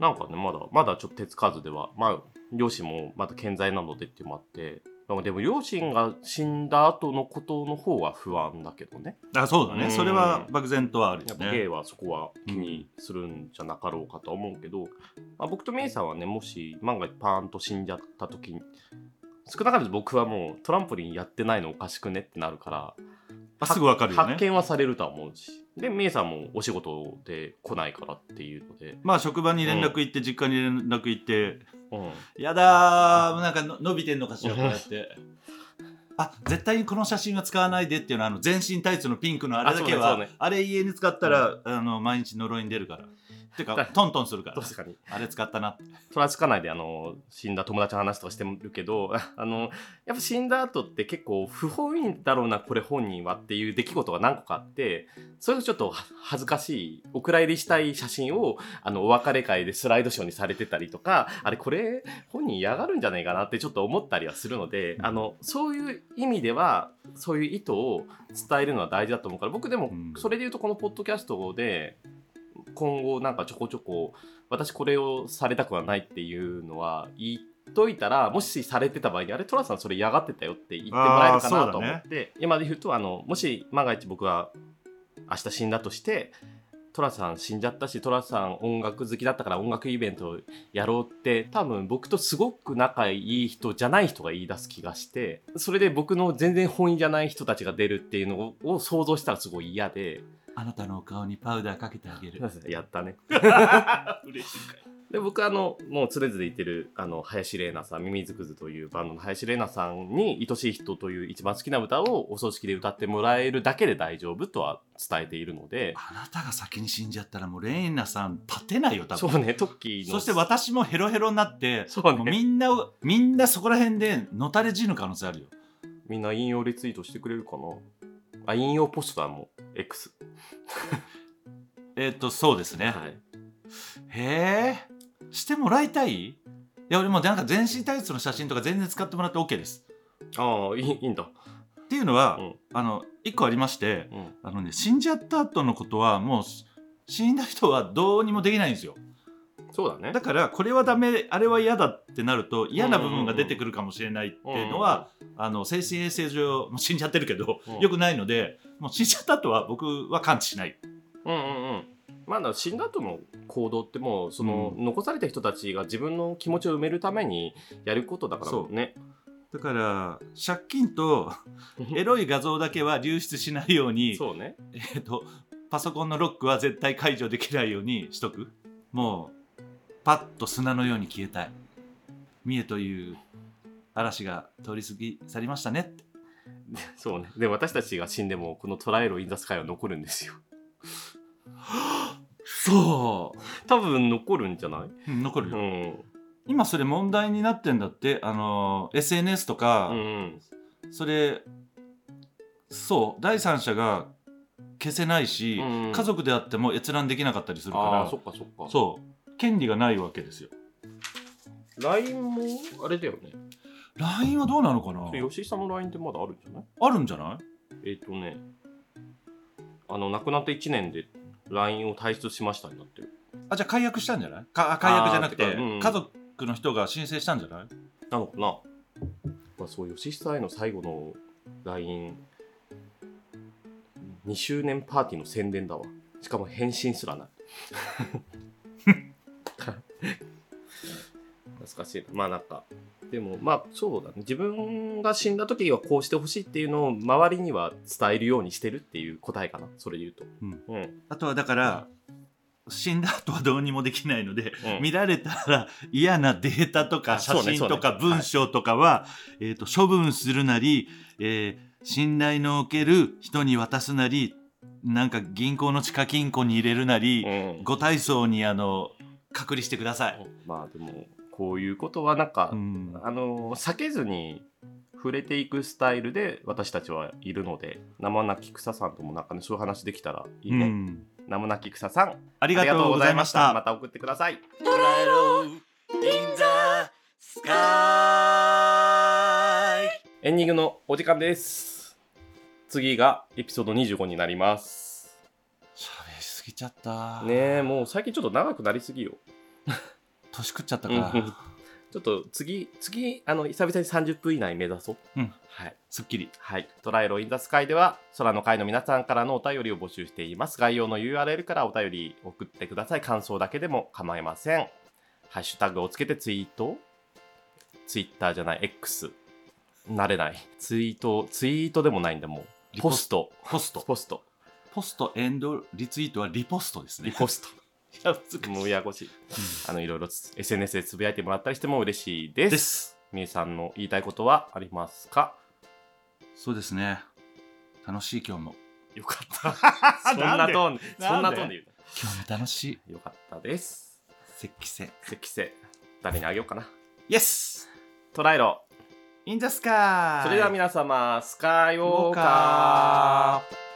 [SPEAKER 1] なんかねまだまだちょっと手つかずではまあ両親もまだ健在なのでっていうのもあってまあでも両親が死んだ後のことの方は不安だけどね
[SPEAKER 2] あそうだね、
[SPEAKER 1] うん
[SPEAKER 2] それは漠然とはある
[SPEAKER 1] や
[SPEAKER 2] よ
[SPEAKER 1] っぱゲイ
[SPEAKER 2] ね
[SPEAKER 1] はそこは気にするんじゃなかろうかとは思うけど、まあ、僕とメイさんはねもし万が一パーンと死んじゃった時に少なからず僕はもうトランポリンやってないのおかしくねってなるから
[SPEAKER 2] あすぐわかるよ
[SPEAKER 1] 発
[SPEAKER 2] ね
[SPEAKER 1] 見はされるとは思うしでメイさんもお仕事で来ないからっていうので、
[SPEAKER 2] まあ職場に連絡行って実家に連絡行って、
[SPEAKER 1] うん、
[SPEAKER 2] やだーなんかの伸びてんのかしらこうやってあ絶対にこの写真は使わないでっていうのはあの全身タイツのピンクのあれだけ
[SPEAKER 1] あ
[SPEAKER 2] はあ,、
[SPEAKER 1] そうねそうね
[SPEAKER 2] れ家に使ったら、あの毎日呪いに出るから てかトントンするから、ね、
[SPEAKER 1] 確かに
[SPEAKER 2] あれ使ったな
[SPEAKER 1] トラつかないであの死んだ友達の話とかしてるけど あのやっぱ死んだ後って結構不本意だろうなこれ本人はっていう出来事が何個かあってそれをちょっとは恥ずかしいお蔵入りしたい写真をあのお別れ会でスライドショーにされてたりとかあれこれ本人嫌がるんじゃないかなってちょっと思ったりはするのであのそういう意味ではそういう意図を伝えるのは大事だと思うから僕でも
[SPEAKER 2] うん
[SPEAKER 1] それで言うとこのポッドキャストで今後なんかちょこちょこ私これをされたくはないっていうのは言っといたらもしされてた場合にあれトラさんそれ嫌がってたよって言ってもらえるか
[SPEAKER 2] あーそうだね
[SPEAKER 1] なと思って、今で言うとあのもし万が一僕が明日死んだとしてトラさん死んじゃったしトラさん音楽好きだったから音楽イベントやろうって多分僕とすごく仲いい人じゃない人が言い出す気がしてそれで僕の全然本意じゃない人たちが出るっていうのをを想像したらすごい嫌で
[SPEAKER 2] あなたのお顔にパウダーかけてあ げる
[SPEAKER 1] やったね。
[SPEAKER 2] 嬉しいか
[SPEAKER 1] で僕あのもう常々言ってるあの林玲奈さん「耳ずくず」というバンドの林玲奈さんに「愛しい人」という一番好きな歌をお葬式で歌ってもらえるだけで大丈夫とは伝えているので
[SPEAKER 2] あなたが先に死んじゃったらもうレイナさん立てないよ多
[SPEAKER 1] そ
[SPEAKER 2] 分
[SPEAKER 1] うねトッキーの
[SPEAKER 2] そして私もヘロヘロになって
[SPEAKER 1] そう
[SPEAKER 2] もう
[SPEAKER 1] ね
[SPEAKER 2] みんなをみんなそこら辺でのたれ死ぬ可能性あるよ
[SPEAKER 1] みんな引用リツイートしてくれるかなあ引用ポスターも X
[SPEAKER 2] えっ、とそうですね、
[SPEAKER 1] はい
[SPEAKER 2] へえしてもらいたいいや俺もうなんか全身タイツの写真とか全然使ってもらって OK です
[SPEAKER 1] ああいいいいんだ
[SPEAKER 2] っていうのは、
[SPEAKER 1] うん
[SPEAKER 2] あの一個ありまして
[SPEAKER 1] うん
[SPEAKER 2] あのね死んじゃった後のことはもう死んだ人はどうにもできないんですよ
[SPEAKER 1] そうだね
[SPEAKER 2] だからこれはダメあれは嫌だってなると嫌な部分が出てくるかもしれないっていうのは、あの精神衛生上もう死んじゃってるけど、
[SPEAKER 1] うん
[SPEAKER 2] よくないのでもう死んじゃった後は僕は感知しない
[SPEAKER 1] うんうんうんまあだから死んだ後の行動ってもうその、
[SPEAKER 2] う
[SPEAKER 1] 残された人たちが自分の気持ちを埋めるためにやることだから
[SPEAKER 2] そう
[SPEAKER 1] ね
[SPEAKER 2] だから借金と エロい画像だけは流出しないように
[SPEAKER 1] そうね
[SPEAKER 2] えっとパソコンのロックは絶対解除できないようにしとくもうパッと砂のように消えたい三重という嵐が通り過ぎ去りましたねって
[SPEAKER 1] そうね。で、私たちが死んでも、このトライロインザスカイは残るん ですよ。
[SPEAKER 2] そ、
[SPEAKER 1] 多分残るんじゃないう
[SPEAKER 2] うん、残る
[SPEAKER 1] う
[SPEAKER 2] よ、
[SPEAKER 1] ん。
[SPEAKER 2] 今それ問題になってんだってあのー SNS とか、
[SPEAKER 1] うん。
[SPEAKER 2] それそう第三者が消せないし、
[SPEAKER 1] うん
[SPEAKER 2] 家族であっても閲覧できなかったりするから
[SPEAKER 1] ああ、そっかそっか。
[SPEAKER 2] そう権利がないわけですよ
[SPEAKER 1] LINE も、あれだよね。
[SPEAKER 2] LINE はどうなのかな
[SPEAKER 1] 吉井さんの LINE ってまだあるんじゃない
[SPEAKER 2] あるんじゃない
[SPEAKER 1] えっ、とね、あの、亡くなって1年で LINE を退出しましたになってる。
[SPEAKER 2] あじゃあ解約したんじゃないかあ解約じゃなくて
[SPEAKER 1] あーてかうん
[SPEAKER 2] 家族の人が申請したんじゃない
[SPEAKER 1] なのかなまあ、そう、吉井さんへの最後の LINE、2周年パーティーの宣伝だわ。しかも返信すら ない。懐かしいな。まあなんか、でもまあそうだね。自分が死んだ時はこうしてほしいっていうのを周りには伝えるようにしてるっていう答えかな。それで言うと。
[SPEAKER 2] うん
[SPEAKER 1] うん。
[SPEAKER 2] あとはだから死んだ後はどうにもできないので、
[SPEAKER 1] うん
[SPEAKER 2] 見られたら嫌なデータとか
[SPEAKER 1] あ
[SPEAKER 2] 写
[SPEAKER 1] そうね
[SPEAKER 2] 真と
[SPEAKER 1] そうね
[SPEAKER 2] か
[SPEAKER 1] はい
[SPEAKER 2] 文章とかは、えー、と処分するなり、えー信頼のおける人に渡すなりなんか銀行の地下金庫に入れるなり、
[SPEAKER 1] うん
[SPEAKER 2] ご体操にあの隔離してください。
[SPEAKER 1] まあでも、こういうことはなんか、
[SPEAKER 2] うん
[SPEAKER 1] あの避けずに触れていくスタイルで私たちはいるので生なき草さんともなんかねそういう話できたらいいうね、
[SPEAKER 2] ん
[SPEAKER 1] 生なき草さんあ
[SPEAKER 2] ありがとうございました。
[SPEAKER 1] また送ってください
[SPEAKER 2] 捉えろ in the sky
[SPEAKER 1] エンディングのお時間です次がエピソード25になります
[SPEAKER 2] 喋りすぎちゃった
[SPEAKER 1] ねえもう最近ちょっと長くなりすぎよ
[SPEAKER 2] 年食っちゃったから
[SPEAKER 1] うんちょっと次次あの久々に30分以内目指そう、
[SPEAKER 2] うん
[SPEAKER 1] はい
[SPEAKER 2] すっきり
[SPEAKER 1] はい、トライロインザスカイでは空の会の皆さんからのお便りを募集しています概要の URL からお便り送ってください感想だけでも構いませんハッシュタグをつけてツイートツイッターじゃない X 慣れないツイートツイートでもないんだもう
[SPEAKER 2] リポ
[SPEAKER 1] ポスト
[SPEAKER 2] ポスト
[SPEAKER 1] ポスト
[SPEAKER 2] ポストエンドリツイートはリポストですね
[SPEAKER 1] リポス
[SPEAKER 2] いや難しい
[SPEAKER 1] トもうややこしいあのいろいろつ SNS でつぶやいてもらったりしても嬉しいで
[SPEAKER 2] ですす
[SPEAKER 1] みゆさんの言いたいことはありますか
[SPEAKER 2] そうですね楽しい今日も
[SPEAKER 1] よかった そんなトーン
[SPEAKER 2] で
[SPEAKER 1] そんなん
[SPEAKER 2] なで
[SPEAKER 1] トーンで言う
[SPEAKER 2] 今日も楽しい
[SPEAKER 1] よかったです。
[SPEAKER 2] 石製
[SPEAKER 1] 適正。誰にあげようかな。
[SPEAKER 2] イエス
[SPEAKER 1] トライロ。
[SPEAKER 2] インザスカイ
[SPEAKER 1] それでは皆様、スカイウォー
[SPEAKER 2] ウォー
[SPEAKER 1] カー
[SPEAKER 2] カー